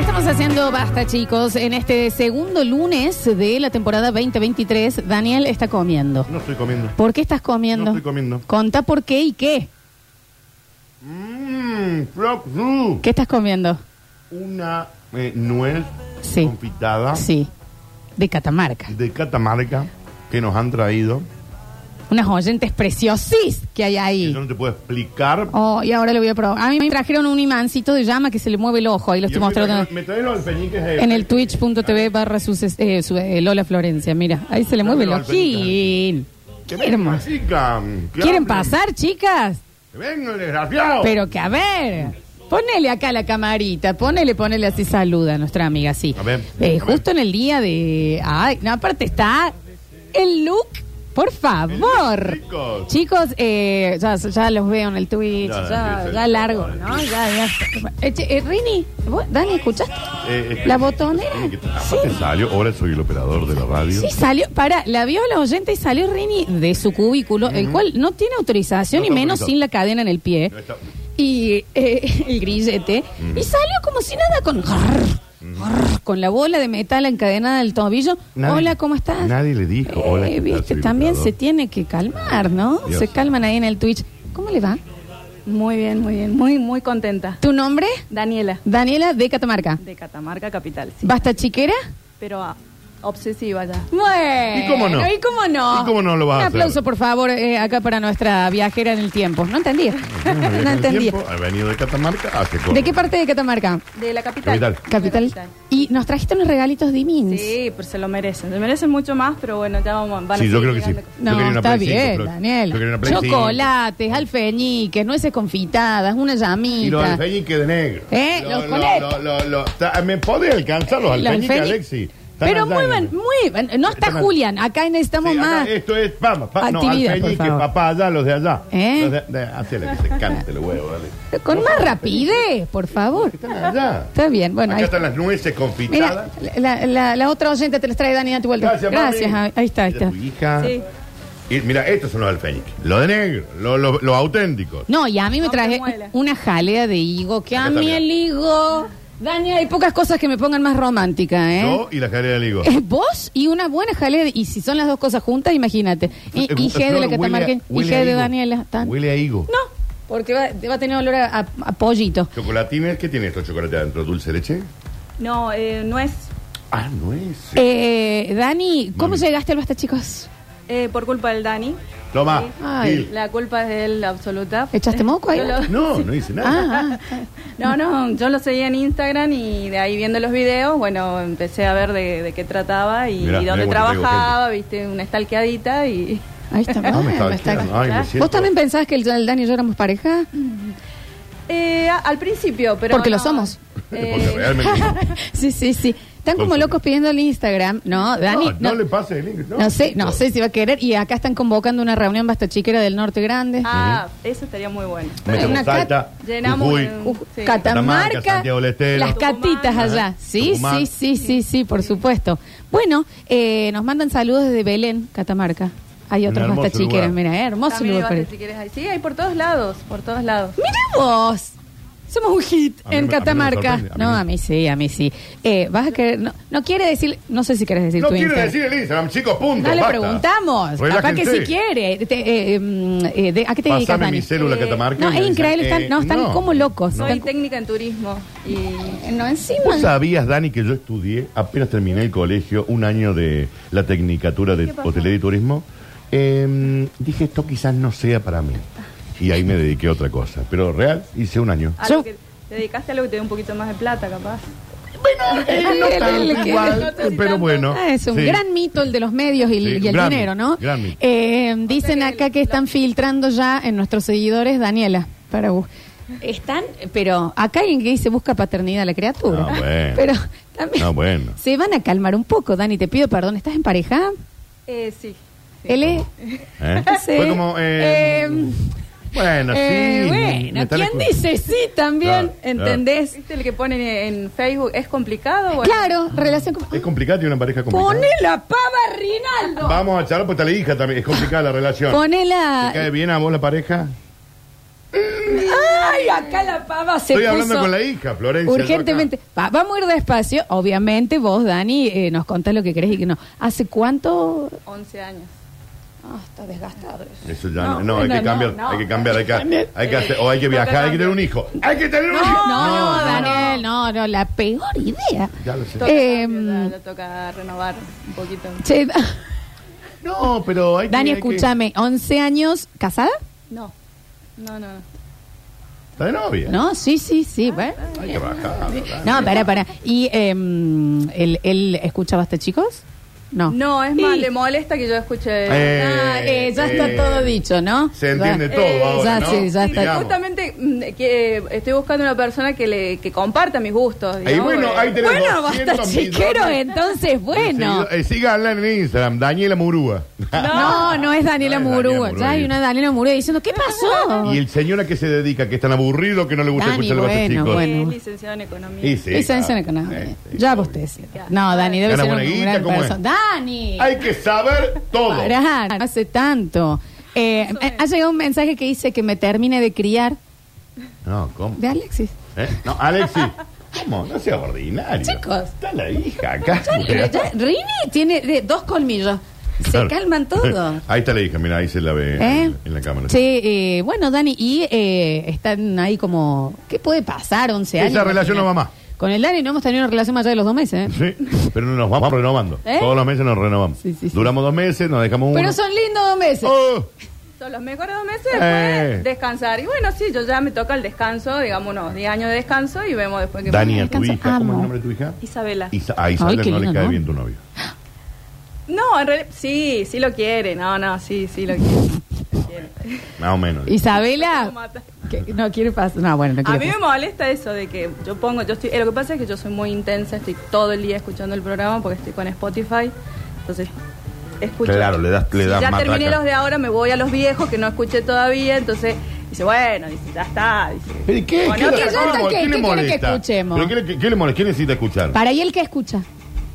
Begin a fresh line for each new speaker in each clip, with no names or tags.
Estamos haciendo basta, chicos. En este segundo lunes de la temporada 2023, Daniel está comiendo.
No estoy comiendo.
¿Por qué estás comiendo?
No estoy comiendo.
Contá por qué y qué.
Mmm, Frog Zoo.
¿Qué estás comiendo?
Una eh, nuez
Sí.
confitada
Sí. De Catamarca.
de Catamarca que nos han traído.
Unas oyentes preciosís que hay
que
ahí.
Yo no te puedo explicar.
Oh, y ahora lo voy a probar. A mí me trajeron un imancito de llama que se le mueve el ojo. Ahí lo
Y
estoy
a mí
mostrando.
Me, me trajeron al Peñique.
En el twitch.tv barra suces- eh, su- eh, Lola Florencia, mira, ahí se le mueve el ojín. Qué hermoso. ¿Quieren pasar, chicas?
Venga, desgraciado.
Pero que a ver, ponele acá la camarita, ponele, ponele así saluda a nuestra amiga, sí.
A ver,
Eh,
a ver.
justo en el día de... Ay, no, aparte está el look, por favor.
El look, chicos.
Chicos, eh, ya, ya los veo en el Twitch,
Ya,
ya,
sí, sí.
ya largo, ¿no? Ya, ya. Eh, che, eh, Rini, ¿vos, Dani, ¿escuchaste?
Eh, eh,
¿La botonera?
Aparte
Sí.
salió, ahora soy el operador de la radio.
Sí, salió, para, la vio la oyente y salió Rini de su cubículo, el cual no tiene autorización
No
y
está
menos
autorizado.
sin la cadena en el pie
No está-
y eh, el grillete y salió como si nada con grrr, grrr, con la bola de metal encadenada del tobillo.
Nadie-
hola, ¿cómo estás? Eh,
nadie le dijo, "Hola, ¿qué tal,
viste,
soy
también
Ricardo?"
se tiene que calmar, ¿no?
Dios.
Se calman ahí en el Twitch. ¿Cómo le va?
Muy bien, muy bien, muy, muy contenta.
¿Tu nombre?
Daniela,
Daniela de Catamarca.
de Catamarca Capital, sí.
¿Basta chiquera?
Pero ah, obsesiva ya.
Bueno,
¿Y cómo no?
¿Y cómo no?
¿Y cómo no lo vas
Un
a
aplauso,
hacer?
por favor, eh, acá para nuestra viajera en el tiempo. No entendía.
Bueno, viene
no
el
entendía.
tiempo, Ha venido de Catamarca hace
¿De qué parte de Catamarca?
De la capital.
Capital.
De la
Capital. Y nos trajiste unos regalitos de Mins.
Sí, pues se lo merecen. Se merecen mucho más, pero bueno, ya vamos, van a
Sí, yo
seguir
creo que sí.
llegando.
Yo
No,
quería una
está
Play
bien,
cinco, pero- yo quería
Daniel.
una Play cinco.
Chocolates, alfeñiques, nueces confitadas, una
Y los
llamita.
alfeñiques de negro.
¿Eh?
Lo-
Los
lo-
coletes.
lo- lo- lo- ta- ¿Me podés alcanzar los
Los
alfeñiques,
alfeñi-
Alexi? Están
Pero
allá,
muevan,
¿no?
muevan. No está
Están-
Julián, acá este necesitamos
Sí, acá,
más.
esto es, vamos, pa, no,
Actividad, por
alfeñique,
favor.
papá, allá, los de allá.
¿Eh?
Los de- de- hacele que se cante el huevo, dale.
Con más rapidez, por favor.
Están allá.
Está bien, bueno,
Acá
ahí
están
está.
las nueces
Mira,
confitadas.
la, la- la otra oyente te las trae Dani a tu vuelta.
Gracias, mami.
ahí- ahí está, ahí
Mira
está.
tu hija.
Sí.
Y mira, estos son los alfeñiques. Los de negro, los los- los auténticos.
No, y a mí me
No te
traje
muela.
una jalea de higo, que a
Acá está,
mí
mira.
el higo... Daniel, hay pocas cosas que me pongan más romántica, ¿eh?
Yo y la jalea de higo.
Es vos y una buena jalea. de- Y si son las dos cosas juntas, imagínate. Y, y G de la
Flor, huele a-
Catamarca y
huele
G
a
de
higo.
Daniela. tan-
Huele a higo.
No, porque va, te va a tener olor a, a- a pollito.
Chocolatines, ¿qué tiene estos chocolates adentro? ¿Dulce de leche?
No, eh, no es
Ah, no es.
Eh, Dani, ¿cómo
Mami.
llegaste al basta, chicos?
eh, por culpa del Dani.
Eh,
Toma.
Ay.
Gil.
La culpa es de él absoluta.
¿Echaste moco ahí?
Yo lo-
No, no dice nada.
Ah, ah,
No, no, yo lo seguía en Instagram y de ahí viendo los videos, bueno, empecé a ver de, de qué trataba y,
Mirá,
y
mirá
dónde
cómo te traigo
trabajaba, viste, una estalqueadita y...
ahí está.
No, me
Ah, bueno,
estaba
está-
diciendo. ah, Ay, me
¿Vos
siento-
¿Vos también pensabas que el, el Dani y yo éramos pareja?
Eh, a- al principio, pero...
Porque lo
no.
somos.
Eh,
Porque realmente.
sí, sí, sí. Están como
Con-
locos pidiendo el Instagram. No, Dani.
no, no, le pase el link. No,
no sé, no sé si va a querer. Y acá están convocando una reunión basta chiquera del Norte Grande.
Ah, eso estaría muy bueno.
Metemos
Una
Salta,
cat-
Llenamos
Jujuy,
en-
Ujú,
Sí.
Catamarca,
Catamarca, Santiago del Estero.
las
Tucumán.
catitas allá.
Ajá.
Sí,
Tucumán.
sí, sí, sí, sí, por supuesto. Bueno, eh, nos mandan saludos desde Belén, Catamarca. Hay
Un
otros
hermoso
hasta chiqueras,
lugar.
mira, eh, hermoso
También
lugar.
hay
para
bares, si quieres, ahí. Sí, hay por todos lados, por todos lados.
ir. Mira vos, somos un hit
A mí
en
me- a mí no me
Catamarca.
sorprende, a mí
no,
no.
a mí sí, a mí sí. Eh, vas a querer, no, no quiere decir, no sé si quieres decir
No
tu
quiero
Instagram.
decir el Instagram, chicos, punto.
no le
basta. Pues
preguntamos, capaz que
Relájense.
si quiere. Te- eh, mm, eh, de- ¿A qué te dedicas,
Pásame
Dani?
mi célula
Eh,
Catamarca.
No,
y
es
me
increíble,
dicen,
están, no,
eh,
están como locos.
Soy
están co-
técnica en turismo y
no, encima.
¿Vos sabías, Dani, que yo estudié, apenas terminé el colegio, un año de la tecnicatura de
¿Qué pasó?
hotelería y turismo? Eh, dije, esto quizás no sea para mí. Y ahí me dediqué a otra cosa. Pero real, hice un año.
algo
Yo-
que te dedicaste a algo que te dé un poquito más de plata, capaz.
Eh, no
Él-
tanto
él-
igual,
no sé
pero
si tanto.
bueno.
Ah, es un
sí.
gran mito el de los medios y,
Sí,
y
un
el
gran
dinero, ¿no?
mito, gran mito.
Eh, dicen
sea que
acá
el-
que están
la-
filtrando ya en nuestros seguidores, Daniela, para vos. Están, pero acá hay alguien que dice busca paternidad a la criatura.
Ah, bueno.
Pero también
Ah, bueno.
se van a calmar un poco, Dani, te pido perdón. ¿Estás en pareja?
Eh, sí. sí.
Él es-
¿Eh?
Sí.
Fue como. eh,
Eh,
bueno,
Eh,
sí. me
bueno,
están
¿quién
escu-
dice sí también?
Claro.
¿Entendés?
¿Viste el que ponen en Facebook? ¿Es complicado? Bueno,
Claro, relación con...
Es complicado, tiene una pareja complicada.
Pone la pava, Rinaldo.
pues Vamos a charlar porque está la hija también. Es complicada la relación.
Pone
¿Te
la...
cae bien a vos la pareja?
¡Ay! Acá la pava se
Estoy
puso
hablando con la hija, Florencia. yo acá.
Urgentemente. Va- vamos a ir despacio. Obviamente, vos, Dani, eh, nos contás lo que querés y que no. ¿Hace cuánto?
11 años.
Ah, está desgastado.
Eso ya no,
No,
no, hay
no,
que
no,
cambiar,
no.
hay que cambiar, hay que, hay que hacer, o hay que viajar, hay que tener un hijo. ¡Hay que tener un hijo!
No, no, Daniel, no, no, la peor idea.
Ya lo sé.
Toca
Eh,
cambiar, ya- ya toca renovar un poquito.
Che, da-
No, pero hay que.
Dani,
hay que-
escúchame, 11 años, ¿casada?
No, no, no. no.
Está de novia.
No, sí, sí, sí, bueno.
Hay que bajar. ¿verdad?
No, para, para. ¿Y eh, él, él escuchaba hasta chicos? No.
No, es más, le molesta que yo escuche.
Eh,
Ah, eh, ya está
eh,
todo dicho, ¿no?
Se entiende
Ya.
todo
Eh,
ahora,
ya
¿no?
sí, ya está.
Digamos.
Justamente mm, que eh, estoy buscando una persona que le que comparta mis gustos. Eh,
Ahí, bueno, ahí tenemos
Bueno, basta
200 mil
chiquero,
dólares.
entonces, bueno.
Seguido- eh, síganla en Instagram, Daniela Murúa.
No, no es Daniela
No es
Murúa.
Daniela
Ya hay
Murúa.
una Daniela Murúa diciendo, ¿qué pasó?
Y el señor a que se dedica, que es tan aburrido que no le gusta
Dani,
escuchar los
bueno,
chicos.
bueno.
Es licenciado en economía.
Y sí,
Esa
claro.
escena que no.
Sí, sí,
eh. ya
obvio.
vos te decís. No, Dani, debe
Gana
ser un
buena guita,
gran
¿cómo es?
persona. ¡Dani!
Hay que saber todo.
Pará, no hace tanto. Eh, eh, ha llegado un mensaje que dice que me termine de criar.
No, ¿cómo?
De Alexis.
¿Eh? No, Alexis. ¿Cómo? No seas ordinario.
Chicos.
Está la hija acá.
Pero ya, Rini tiene eh, dos colmillos. Se
Claro.
calman todos.
Ahí está la hija, mira, ahí se la ve
¿Eh?
en, en la cámara.
Sí, eh, bueno, Dani, y eh, están ahí como. ¿Qué puede pasar? 11
Esa
años.
relación no va más.
Con el Dani no hemos tenido una relación más allá de los dos meses. ¿eh?
Sí, pero nos vamos renovando.
¿Eh?
Todos los meses nos renovamos.
Sí, sí, sí.
Duramos dos meses, nos dejamos uno.
Pero son lindos dos meses.
¡Oh!
Son los mejores dos meses
Eh.
después descansar. Y bueno, sí, yo ya me toca el descanso, digamos unos 10 años de descanso y vemos después que
Dani, a tu
descansa.
hija, ¿cómo es
Amo.
el nombre de tu hija?
Isabela.
Isa- a Isabela
qué
no le
lindo,
cae
¿no?
bien tu novio.
No, en realidad sí, sí lo quiere. No, no, sí, sí lo quiere. Lo quiere.
Más o menos.
Lo
Isabela.
mata.
que no quiere pasar. No, bueno, no
A
quiere
mí me
pasar.
molesta eso de que yo pongo, yo estoy, eh, lo que pasa es que yo soy muy intensa, estoy todo el día escuchando el programa porque estoy con Spotify, entonces escucho.
Claro, le das- le
Si
das
ya
matraca.
terminé los de ahora, me voy a los viejos que no escuché todavía, entonces dice bueno, dice ya está, dice.
¿Pero y qué?
Bueno,
¿Qué, le-
que ya
qué
está,
le-
¿qué-
qué le
qué quiere que
molesta?
escuchemos?
¿Pero qué, le- qué le molesta? ¿Qué necesita escuchar?
Para y el que escucha.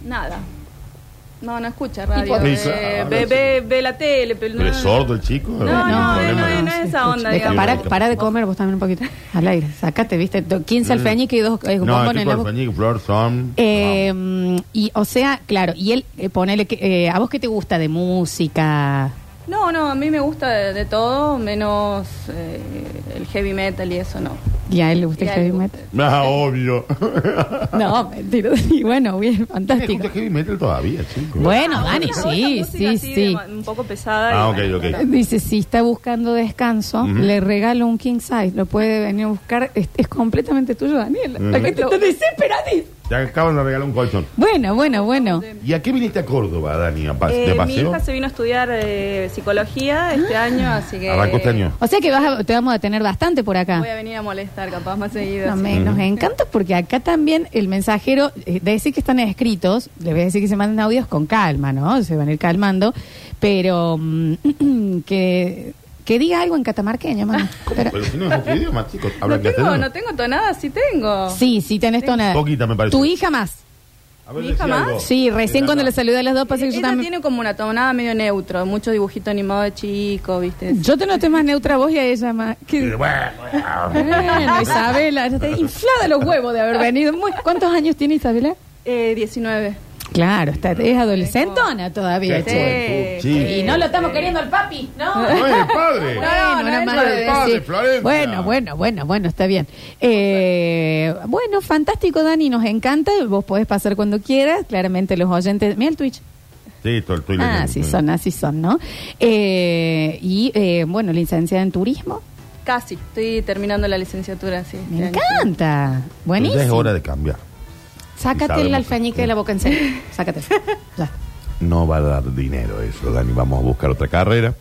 Nada. No, no escucha radio.
por-
eh,
Sí, claro,
ve,
ah, sí.
ve, ve la tele, pero no.
¿Pero es sordo el chico?
No, no,
¿Tiene un
no,
problema
no,
de-
no. es esa onda,
Deja,
digamos.
para, para de comer vos también un poquito. Al aire, sacate, viste, Do- 15 al alfeñique y dos eh,
Mm. No,
bombón
el
en la
chico
boca.
alfeñique, este Flor, son...
Eh, y, o sea, claro, y él, eh, ponele que, eh, ¿a vos qué te gusta de música?
No, no, a mí me gusta de, de todo, menos eh, el heavy metal y eso no.
¿Y a él le gusta
Y
el
a él
heavy
le
metal?
Ah, obvio. Este
No, mentira. Y bueno, bien, fantástico.
Escucha heavy metal todavía, chico.
Bueno, Dani, sí,
Esa Ah, música
sí,
así de
sí.
ma- Un poco pesada. y
Ah, ok,
bueno,
ok.
no.
Eh, Dice, si está buscando descanso,
Ujú.
le regalo un king size. Lo puede venir a buscar. Es, es completamente tuyo, Daniel.
Ujú.
¿A qué te, te desesperadís?
Te acaban de regalar un colchón.
Bueno, bueno, bueno.
¿Y a qué viniste a Córdoba, Dani? ¿A pas-
Eh,
¿De
mi
paseo?
hija se vino a estudiar eh, psicología este
Ah.
año, así que.
¿Arrancó este año?
O sea que vas a- te vamos a tener bastante por acá.
Voy a venir a molestar, capaz más seguido.
No,
así.
me- Nos encanta porque acá también el mensajero, eh, de decir que están escritos, le voy a decir que se manden audios con calma, ¿no? Se van a ir calmando, pero mm, que, que diga algo en catamarqueño, mano. Espera.
Pero si no es otro idioma, chicos.
No
Hablan
tengo,
castellano.
no tengo tonada, sí tengo.
Sí, sí, tenés tonada.
Poquita, me parece.
Tu hija más.
A ver,
¿Mi
decí
hija más?
algo.
Sí, recién
Era
cuando
la-
le saludé a las dos,
Eh, Ella
pasa que yo también.
tiene como una tonada medio neutro, mucho dibujito animado de chico, ¿viste?
Yo te noté más neutra a vos y a ella más.
Eh,
Que...
bueno.
Bueno, Isabela, ya te inflada los huevos de haber venido. Muy- ¿Cuántos años tiene Isabela?
Eh, 19.
Claro, está, es adolescentona todavía.
Sí.
che.
juventud, sí.
Y no lo estamos queriendo al papi, ¿no?
No es el padre.
Bueno, una
no,
manera
no,
de
padre,
decir.
Florencia.
Bueno, bueno, bueno, bueno, está bien. Eh, bueno, fantástico, Dani, nos encanta. Vos podés pasar cuando quieras. Claramente los oyentes. Mira el Twitch.
Sí, todo el tuyo.
Ah, así son, así son, ¿no? Eh, y eh, bueno, licenciada en turismo.
Casi, estoy terminando la licenciatura, sí.
Me
este año.
encanta.
Ya es
Buenísimo.
hora de cambiar.
Sácate
Sabemos
el
que-
alfeñique de la boca en serio. Sácate. Ya.
No va a dar dinero eso, Dani. Vamos a buscar otra carrera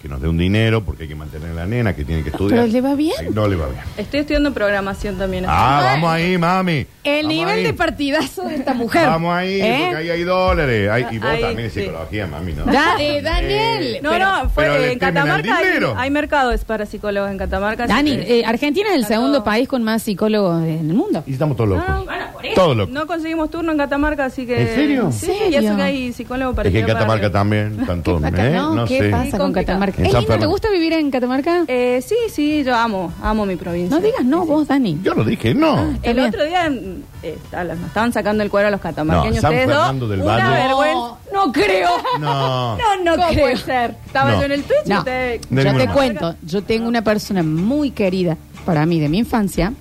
que nos dé un dinero porque hay que mantener a la nena que tiene que estudiar.
Ah, pero le va bien.
Ay, No le va bien.
Estoy estudiando programación también. así.
Ah, vamos ahí, mami.
El
Vamos
nivel
ahí.
de partidazo de esta mujer.
Vamos ahí,
¿Eh?
porque ahí hay dólares. Hay- y vos
Ahí,
también es
sí.
psicología, mami, ¿no?
Eh,
Dale, Daniel.
No,
Pero-
no, fue
pero le
en
temen al
Catamarca hay,
dinero.
hay mercados para psicólogos en Catamarca. así
Dani,
que-
eh, Argentina es el
Está
segundo
todo.
país con más psicólogos en el mundo.
Y estamos todos locos.
Ah,
Bueno, Ah, por
Todo loco.
No conseguimos turno en Catamarca, así que.
¿En serio?
Sí,
¿En
y eso
serio?
que hay psicólogo para
Es que en
llevar.
Catamarca también están todos,
Acá,
¿eh?
no,
No
¿qué
sé.
pasa con
Complicado.
Catamarca?
En
¿Es
San
lindo? ¿Te
Fernando.
gusta vivir en Catamarca?
Eh, sí, sí, yo amo, amo mi provincia.
no digas no vos, Dani.
Yo lo dije, no.
está
El
bien.
otro día mm, eh, está- nos estaban sacando el cuero a los catamarqueños.
No, San
ustedes
Fernando
dos,
del
una
Valle.
vergüenza. No creo.
Ah.
No.
No, no
¿Cómo
creo.
puede
ser. Estaba
No.
yo en el Twitch y
No,
ustedes-
De
yo
ninguna
te
manera.
cuento, yo tengo una persona muy querida para mí de mi infancia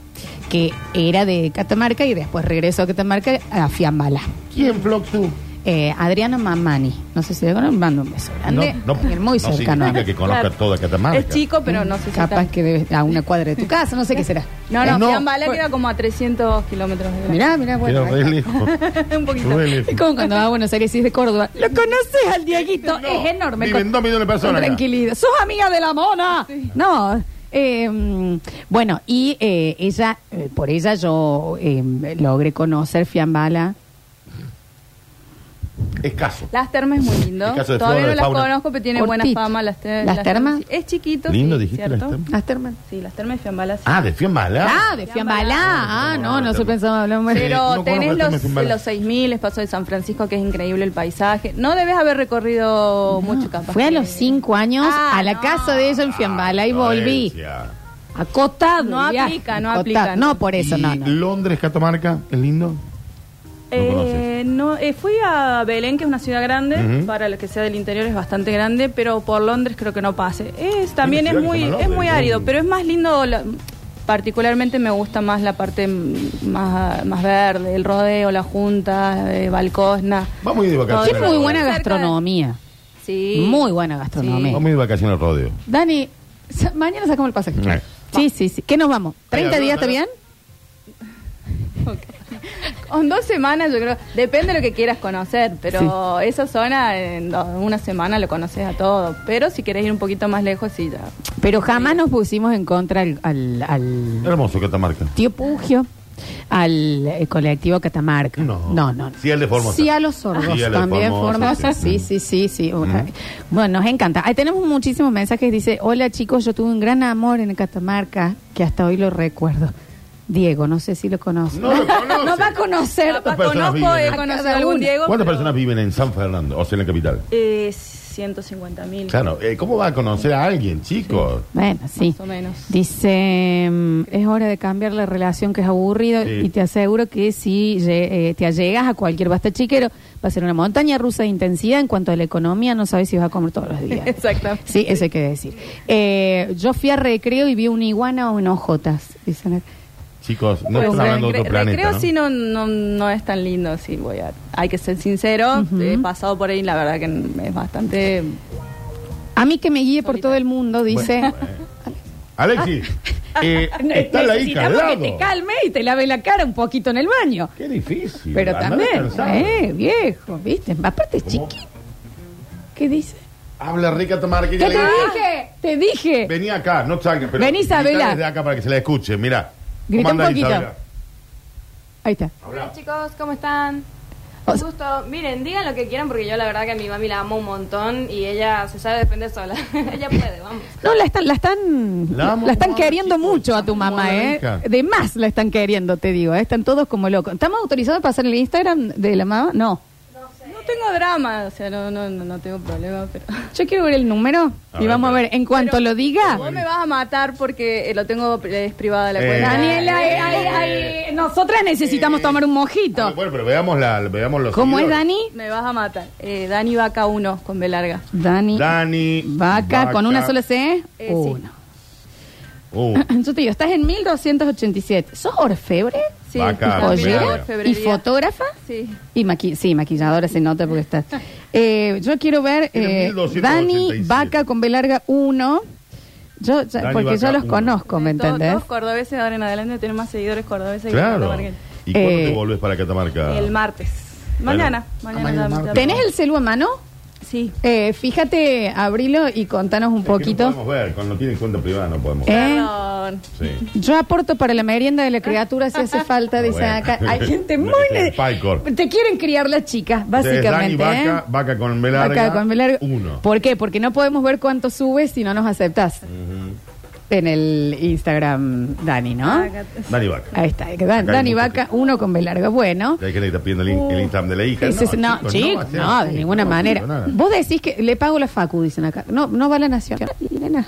que era de Catamarca y después regresó a Catamarca a Fiambala.
¿Quién, Floxu?
Eh, Adriana Mamani, no sé si le conozco, mando un beso grande, alguien muy
no
cercano.
significa que conozca
Claro.
toda Catamarca.
Es chico, pero no sé si
Capaz
está-
que debe a una cuadra de tu casa, no sé qué será.
No, no,
Eh, No.
Fiambala queda como a 300 kilómetros de
Mirá, mirá, bueno.
Queda
ahí
re
está.
lejos.
Un poquito.
Re lejos.
Es como cuando va a Buenos Aires y es de Córdoba. Lo conoces al Dieguito,
No,
es enorme.
viven
Con-
dos millones de personas
con
acá.
Tranquilidad. ¡Sos amiga de la mona! No. eh, mm, bueno, y eh, ella, eh, por ella yo eh, logré conocer Fiambala.
Escaso.
Las termas es muy lindo.
El caso de flora,
Todavía no
de
las
fauna.
conozco, pero tiene buena
Cortito.
fama las, ter-
¿Las termas?
Es chiquito.
Lindo,
sí,
dijiste, las
¿cierto?
termas.
Hasta hermano.
Sí, las termas de Fiambala. sí.
Ah, de Fiambala.
Ah, de Fiambala. Ah, no, no se pensaba hablar más.
Sí,
Pero
no conozco
tenés
el tema de
los,
Fimbala.
los 6.000, el paso de San Francisco, que es increíble el paisaje. No debes haber recorrido mucho capaz.
Fue a
que-
los cinco años
Ah,
a la
no.
casa de ella en Fiambala y volví.
Ah, Florencia.
Acotado.
No
el viaje,
aplica, no
acotado.
aplica, no.
No, por eso,
¿Y
no, no.
Londres, Catamarca, es lindo. No
Eh,
conoces.
no, eh, fui a Belén, que es una ciudad grande,
Ujú.
para lo que sea del interior es bastante grande, pero por Londres creo que no pase. Es, también es
ciudad que
muy,
se llama
es muy
Londres,
árido,
¿no?
pero es más lindo, la- particularmente me gusta más la parte mm, más, más verde, el rodeo, la junta, eh, Balcosna.
Vamos a ir de vacaciones.
Tiene muy
Pero
buena
cerca de-
gastronomía.
Sí.
Muy buena gastronomía.
Vamos a ir de vacaciones al rodeo.
Dani, sa- mañana sacamos el pasaje.
Eh.
Sí, sí, sí. ¿Qué nos vamos? ¿30
Venga,
días está
venga.
bien?
Con dos semanas, yo creo, depende de lo que quieras conocer, pero esa zona en do- una semana lo conoces a todo. Pero si querés ir un poquito más lejos, sí, ya.
Pero jamás nos pusimos en contra al, al- al
Hermoso Catamarca.
tío Pugio, al eh, colectivo Catamarca.
No.
no, no.
Sí, al de Formosa.
Sí, a los sordos
Sí, al de
también,
Formosa,
Formosa. Sí,
sí.
sí, sí, sí.
Ujú.
Bueno, nos encanta. Ahí tenemos muchísimos mensajes. Dice, hola chicos, yo tuve un gran amor en Catamarca, que hasta hoy lo recuerdo. Diego, no sé si lo conoce.
No lo conoce.
no va a conocer.
Capaz
personas
conozco,
viven
he
en-
conocido
Cada
a algún
uno.
Diego.
¿Cuántas
pero-
personas viven en San Fernando, o sea, en la capital?
Eh, 150 mil.
Claro, eh, ¿cómo va a conocer a alguien, chicos?
Bueno, sí.
Más o menos.
Dice, mm, es hora de cambiar la relación que es aburrido
Sí.
y te aseguro que si lle- eh, te allegas a cualquier basta chiquero, va a ser una montaña rusa de intensidad en cuanto a la economía, no sabes si vas a comer todos los días.
Exactamente.
Sí, eso hay que decir. Eh, yo fui a recreo y vi una iguana o en ojotas, dicen. acá.
Chicos, no
Puede
Pues
estamos
ser.
hablando de
Pues Recre-
otro planeta,
Recreo
¿no?
sí no, no, no es tan lindo, sí, voy a, hay que ser sincero. He pasado por ahí, y la verdad que n- es bastante...
A mí que me guíe por todo el mundo, dice. Ah.
Alexis, eh, está la hija al
Necesitamos
lado.
que te calme y te lave la cara un poquito en el baño.
Qué difícil.
Pero
andá
también,
descansado.
eh, viejo, viste. Aparte es
¿Cómo?
chiquito. ¿Qué dice?
Habla rica Catamarca.
¿Qué te dije? Te dije.
Vení acá, no salgas. Pero
Vení,
grita
Isabela.
Desde acá para que se la escuche, mira.
Grita un poquito. Ahí está.
Hola chicos, ¿cómo están?
O
Un
sea-
gusto. Miren, digan lo que quieran porque yo la verdad que a mi mami la amo un montón y ella se sabe defender sola. ella puede, vamos.
No, la están, la están,
La
la,
amo
están
como
queriendo
amo, chicos,
mucho a tu
amo a la
mamá, ¿eh?
hija.
De más la están queriendo, te digo. ¿eh? Están todos como locos. ¿Estamos autorizados a pasar el Instagram de la mamá? No.
No tengo drama, o sea, no, no, no, no tengo problema, pero...
Yo quiero ver el número
A
y
ver,
vamos a ver. En cuanto lo diga,
Ah, Vos me vas a matar porque eh, lo tengo, eh, es privada la
Eh.
cuenta.
Daniela, eh, ay, ay, nosotras necesitamos
Eh,
tomar un
Ah,
mojito.
Bueno, pero veamos, la, veamos los
¿Cómo es
seguidores.
Dani?
Me vas a matar. Eh, Dani Vaca 1 con B larga.
Dani.
Dani.
Vaca, con una sola C.
Eh, sí.
Uno.
Uh,
Yo te digo, estás en 1287. ¿Sos orfebre?
Sí,
Vaca,
también
joyera.
en
¿Y
orfebrería.
fotógrafa?
Sí.
Y maqui sí, maquilladora se nota porque está. Eh, yo quiero ver eh,
Tiene 1287.
Dani Vaca con B larga 1. Yo, ya-
Dani
porque yo
Vaca
los
uno.
conozco, ¿me
Eh, to-
entendés?
Todos cordobeses ahora en adelante tienen más seguidores cordobeses que
claro. Ah.
catamarqueños.
¿Y cuándo
Eh,
te volvés para Catamarca?
El martes. Mañana.
Bueno. Ah, mañana,
Mañana. ya-
martes.
ya-
¿Tenés el celu a mano?
Sí.
Eh, fíjate, abrilo y contanos un
Es que No
poquito.
podemos ver, cuando tienen cuenta privada no podemos ver.
Eh.
Perdón.
Sí.
Yo aporto para la merienda de la criatura si hace falta, dicen
Bueno.
acá. Hay gente muy...
Mete Picor.
Te quieren criar las chicas,
Entonces, Dani
básicamente.
Vaca,
¿eh?
Vaca con B larga,
Vaca con B larga.
Uno.
¿Por qué? Porque no podemos ver cuánto subes si no nos aceptás. en el Instagram Dani, ¿no?
Ah, acá-
Dani Vaca.
Ahí está, que Dan-
Acá hay
Dani
mucho
Vaca, uno con B larga, bueno.
Ya hay gente que está pidiendo el, in- el Instagram de la hija.
Uh, Ese es- no,
chicos,
chico,
hacen
no, de
así,
ninguna
no,
manera.
chicos, nada.
Vos decís que le pago la facu, dicen acá. No, no va a la nación. Nena,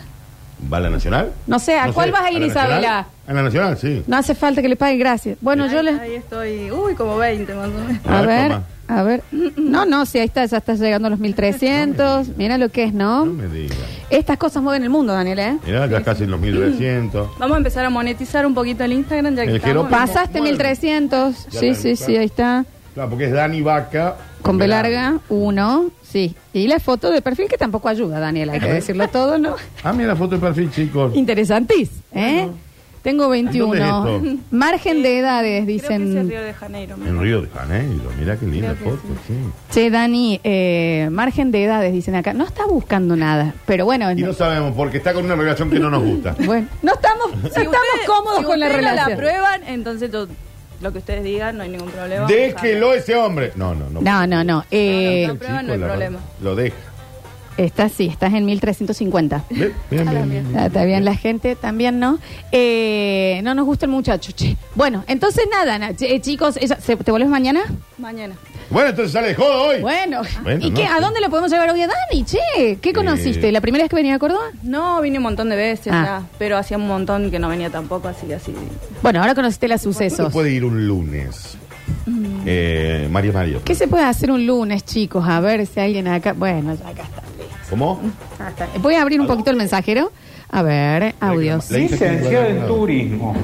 ¿Va a la Nacional?
No sé, ¿a cuál vas a ir,
la Nacional?
Isabela?
A la Nacional, sí.
no hace falta que le paguen gracias. Bueno, yo
ahí,
les...
ahí estoy, uy, como 20 más o menos.
A
A ver,
ver,
toma.
a ver. No, no, si ahí está, ya estás llegando a los 1300. Mira lo que es,
No
¿no?
me digas.
Estas cosas mueven el mundo, Daniel, ¿eh?
Mirá, ya casi en los 1900.
Vamos a empezar a monetizar un poquito el Instagram ya que
El
estamos.
Jerónimo.
Pasaste
Mueve.
1300.
Ya
Sí,
la
sí,
busca.
sí, ahí está.
Claro, porque es Dani Vaca.
Con B larga, uno, sí. Y la foto de perfil que tampoco ayuda, Daniel, hay que decirlo todo, ¿no?
Ah, mira la foto de perfil, chicos.
Interesantís,
Ah,
¿eh? Tengo 21.
¿Dónde es
Margen de edades,
Creo que es el
dicen.
Río de Janeiro. mira.
En Río de Janeiro. Mirá qué linda foto, sí.
Che, Dani, eh, margen de edades, dicen acá. No está buscando nada, pero bueno.
Y no sabemos, porque está con una relación que no nos gusta.
Bueno, no estamos, no
Si
estamos
ustedes-
cómodos
si
con la
ustedes no
relación.
la aprueban, entonces yo, lo que ustedes digan, no hay ningún problema.
Déjelo ese hombre. No, no, no.
no, no, no. eh,
No, no, no. Prueba, hay
la-
problema.
Lo deja.
estás, sí, estás en 1350.
Ve, vean, vean, vean.
Ah, Está bien, la gente también, ¿no? Eh, no nos gusta el muchacho, che. Bueno, entonces nada, na- che, eh, chicos, ella- ¿se- ¿te volvés mañana?
Mañana.
Bueno, entonces sale de joda hoy.
Bueno.
Bueno,
¿Y
no,
qué? ¿A
sí.
dónde lo podemos llevar hoy a Dani, che? ¿Qué
Eh,
conociste? ¿La primera vez que venía a Córdoba?
No, vine un montón de veces
Ah.
ya, pero hacía un montón que no venía tampoco, así que así.
Bueno, ahora conociste las
¿Cuándo
sucesos.
puede ir un lunes? Eh, Mario Mario.
Mm. ¿Qué se puede hacer un lunes, chicos? A ver si alguien acá... Bueno, ya acá está.
¿Cómo?
Acá está. Voy a abrir un poquito el mensajero. A ver, audios.
La hija tiene
Licenciada en
valor.
turismo,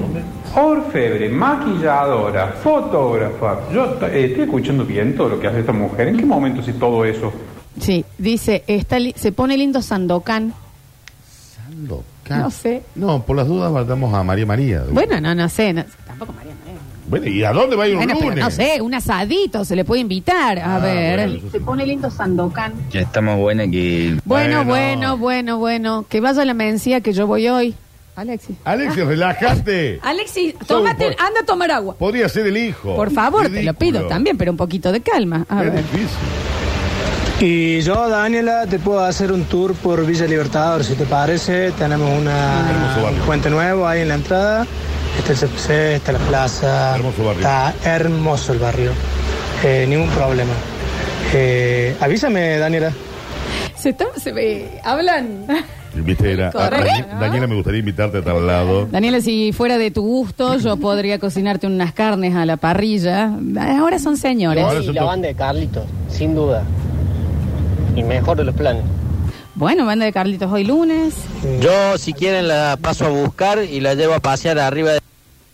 orfebre, maquilladora, fotógrafa. Yo t- eh, estoy escuchando bien todo lo que hace esta mujer. ¿En qué momento si todo eso?
Sí, dice, está li- se pone lindo Sandokan.
Sandokan.
No sé.
No, por las dudas matamos a María María.
Bueno, no, no sé. no- tampoco María María.
Bueno, ¿y a dónde va a ir un
Bueno, pero
lunes?
Ah, no sé, un asadito se le puede invitar. A
Ah,
ver.
bueno, eso sí.
lindo Sandokan.
Ya está más buena que
Bueno,
Bueno.
bueno, bueno, bueno. Que vaya a la mencía que yo voy hoy. Alexis.
Alexis,
Ah.
relájate.
Alexis,
Soy
tómate,
un po-
anda a tomar agua.
Podría ser el hijo.
Ah. Por favor, te lo
Ridículo.
pido también, pero un poquito de calma. A
Es
ver.
difícil.
Y yo, Daniela, te puedo hacer un tour por Villa Libertador, si te parece. Tenemos una
Hermoso barrio.
puente nuevo ahí en la entrada. Está el CPC, está la plaza.
Hermoso barrio.
Está hermoso el barrio. Eh, ningún problema. Eh, avísame, Daniela.
Se, to- se ve- hablan.
Viste, era- a-
Correcto,
Dani-
¿no?
Daniela, me gustaría invitarte a tal lado.
Daniela, si fuera de tu gusto, yo podría cocinarte unas carnes a la parrilla. Ahora son señores.
Ahora
Sí,
son
la
to-
banda de Carlitos, sin duda. Y mejor de los planes.
Bueno, banda de Carlitos hoy lunes.
Yo, si quieren, la paso a buscar y la llevo a pasear arriba de...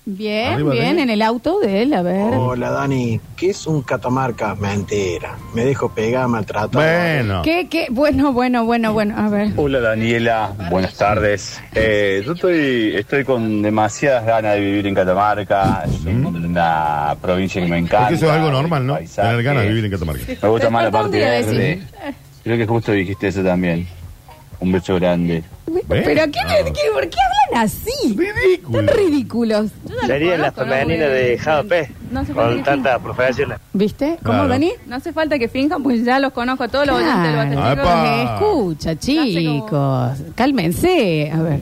Bien,
Arriba de
bien,
él.
en el auto de él, a ver.
Hola Dani, ¿qué es un catamarca? Mentira, me dejo pegar, maltratado.
Bueno.
¿Qué, qué? Bueno, bueno, bueno, bueno, a ver.
Hola Daniela, buenas tardes. Eh, yo estoy, estoy con demasiadas ganas de vivir en Catamarca, es una provincia que me encanta.
Porque eso es algo normal, ¿no?
el paisaje.
Tener ganas de vivir en Catamarca.
Me gusta más la
Falta un
parte
día
verde.
decir.
Creo que justo dijiste eso también. Un beso grande.
Bueno.
Pero ¿qué,
Ah.
le- qué- ¿por qué hablan así?
Ridículo.
Tan ridículos.
Sería la femenina de
P,
No hace falta que finjan.
profesional.
¿Viste? ¿Cómo,
Claro.
Dani?
No hace falta que finjan, pues ya los conozco a todos los
Claro.
oyentes del
Ah,
Baja Chico.
epa.
Me eh, escucha, chicos. Cálmense. A ver.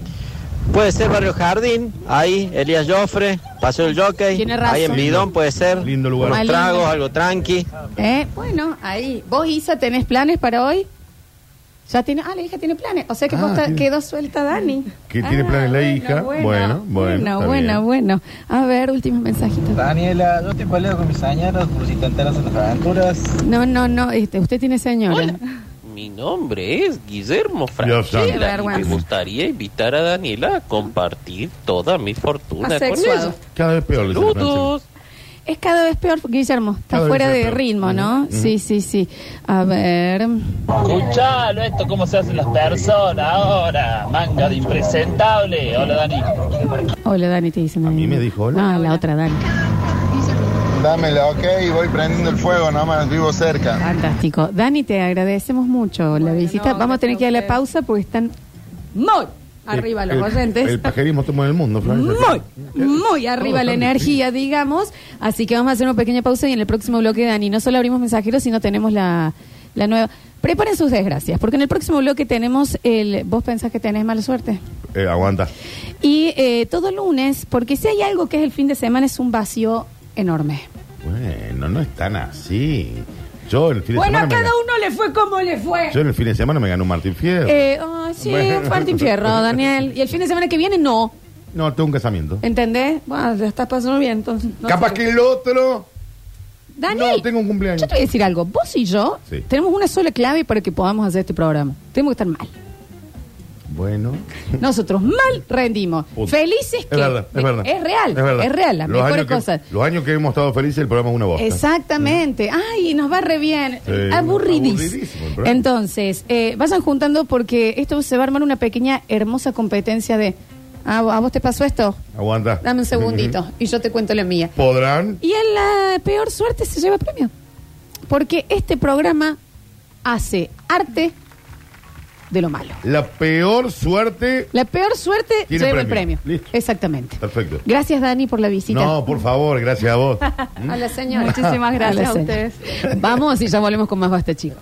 Puede ser Barrio Jardín, ahí, Elías Joffre, Paseo del Jockey.
Tiene razón.
Ahí en Bidón puede ser.
Lindo lugar.
Ah,
Unos
lindo.
tragos, algo tranqui.
Eh, Bueno, ahí. ¿Vos, Isa, tenés planes para hoy? Ya tiene, ah, la hija tiene planes. O sea que
Ah,
posta-
tiene-
quedó suelta Dani.
Que tiene
Ah,
planes la hija. Bueno, bueno,
Bueno,
está
bueno,
bien.
bueno. A ver, últimos mensajitos.
Daniela, yo te coleo con mis añanos por si te enteras en las aventuras.
No, no, no. Este, usted tiene señora.
Mi nombre es Guillermo
Dios santo. Qué
Franchella y me
vergüenza.
gustaría invitar a Daniela a compartir toda mi fortuna con
Asexuado.
ella.
Cada vez peor. le dicen
Saludos.
Es cada vez peor, Guillermo. Está
Cada vez
fuera
es
de
peor.
ritmo, ¿no? Sí, sí, sí. A ver.
Escuchalo, esto cómo se hacen las personas ahora. Manga de impresentable. Hola, Dani.
Hola, Dani, te dicen.
A mí me dijo hola.
No, la otra Dani.
Dámela, ok, voy prendiendo el fuego, nada más vivo cerca.
Fantástico. Dani, te agradecemos mucho la
Bueno,
visita.
no,
Vamos a tener
gracias
que ir a
a
la
ustedes.
pausa porque están muy
así.
arriba
El-
los oyentes.
El pajerismo está en el mundo, Florencia.
muy, muy arriba la energía, digamos. Así que vamos a hacer una pequeña pausa y en el próximo bloque, Dani, no solo abrimos mensajeros, sino tenemos la, la nueva. Preparen sus desgracias, porque en el próximo bloque tenemos el. ¿Vos pensás que tenés mala suerte?
Eh, aguanta.
Y eh, todo lunes, porque si hay algo que es el fin de semana, es un vacío enorme.
Bueno, no es tan así. Yo el fin de
Bueno, a
semana. me
cada
ga-
uno le fue como le fue.
Yo en el fin de semana me gané un Martín Fierro.
Eh, ah, sí,
Bueno.
Martín Fierro, Daniel. Y el fin de semana que viene, no.
No, tengo un casamiento.
¿Entendés? Bueno, ya estás pasando bien, entonces. eh, no
Capaz
sé.
que el otro.
Daniel,
No, tengo un cumpleaños.
yo te voy a decir algo. Vos y yo
Sí.
tenemos una sola clave para que podamos hacer este programa. Tenemos que estar mal.
Bueno.
Nosotros mal rendimos.
Punto.
Felices
Es
que.
verdad, es verdad.
Es real, es,
verdad.
real. Las
Los
mejores
años que-
cosas.
Los años que hemos estado felices, el programa es una bosta.
Exactamente. Ay, nos va re bien. Eh,
Sí, aburridísimo el
Aburridísimo.
programa.
Entonces, eh, vayan juntando porque esto se va a armar una pequeña hermosa competencia de. Ah, ¿A vos te pasó esto?
Aguanta.
Dame un segundito y yo te cuento la mía.
¿Podrán?
Y en la peor suerte se lleva premio. Porque este programa hace arte de lo malo.
La peor suerte.
La peor suerte
Tiene
lleva
premio.
el premio. Exactamente.
Perfecto.
Gracias, Dani, por la visita.
No, por favor, gracias a vos.
A la señora.
Muchísimas gracias a
la señora. Vamos y ya volvemos con más basta, chicos.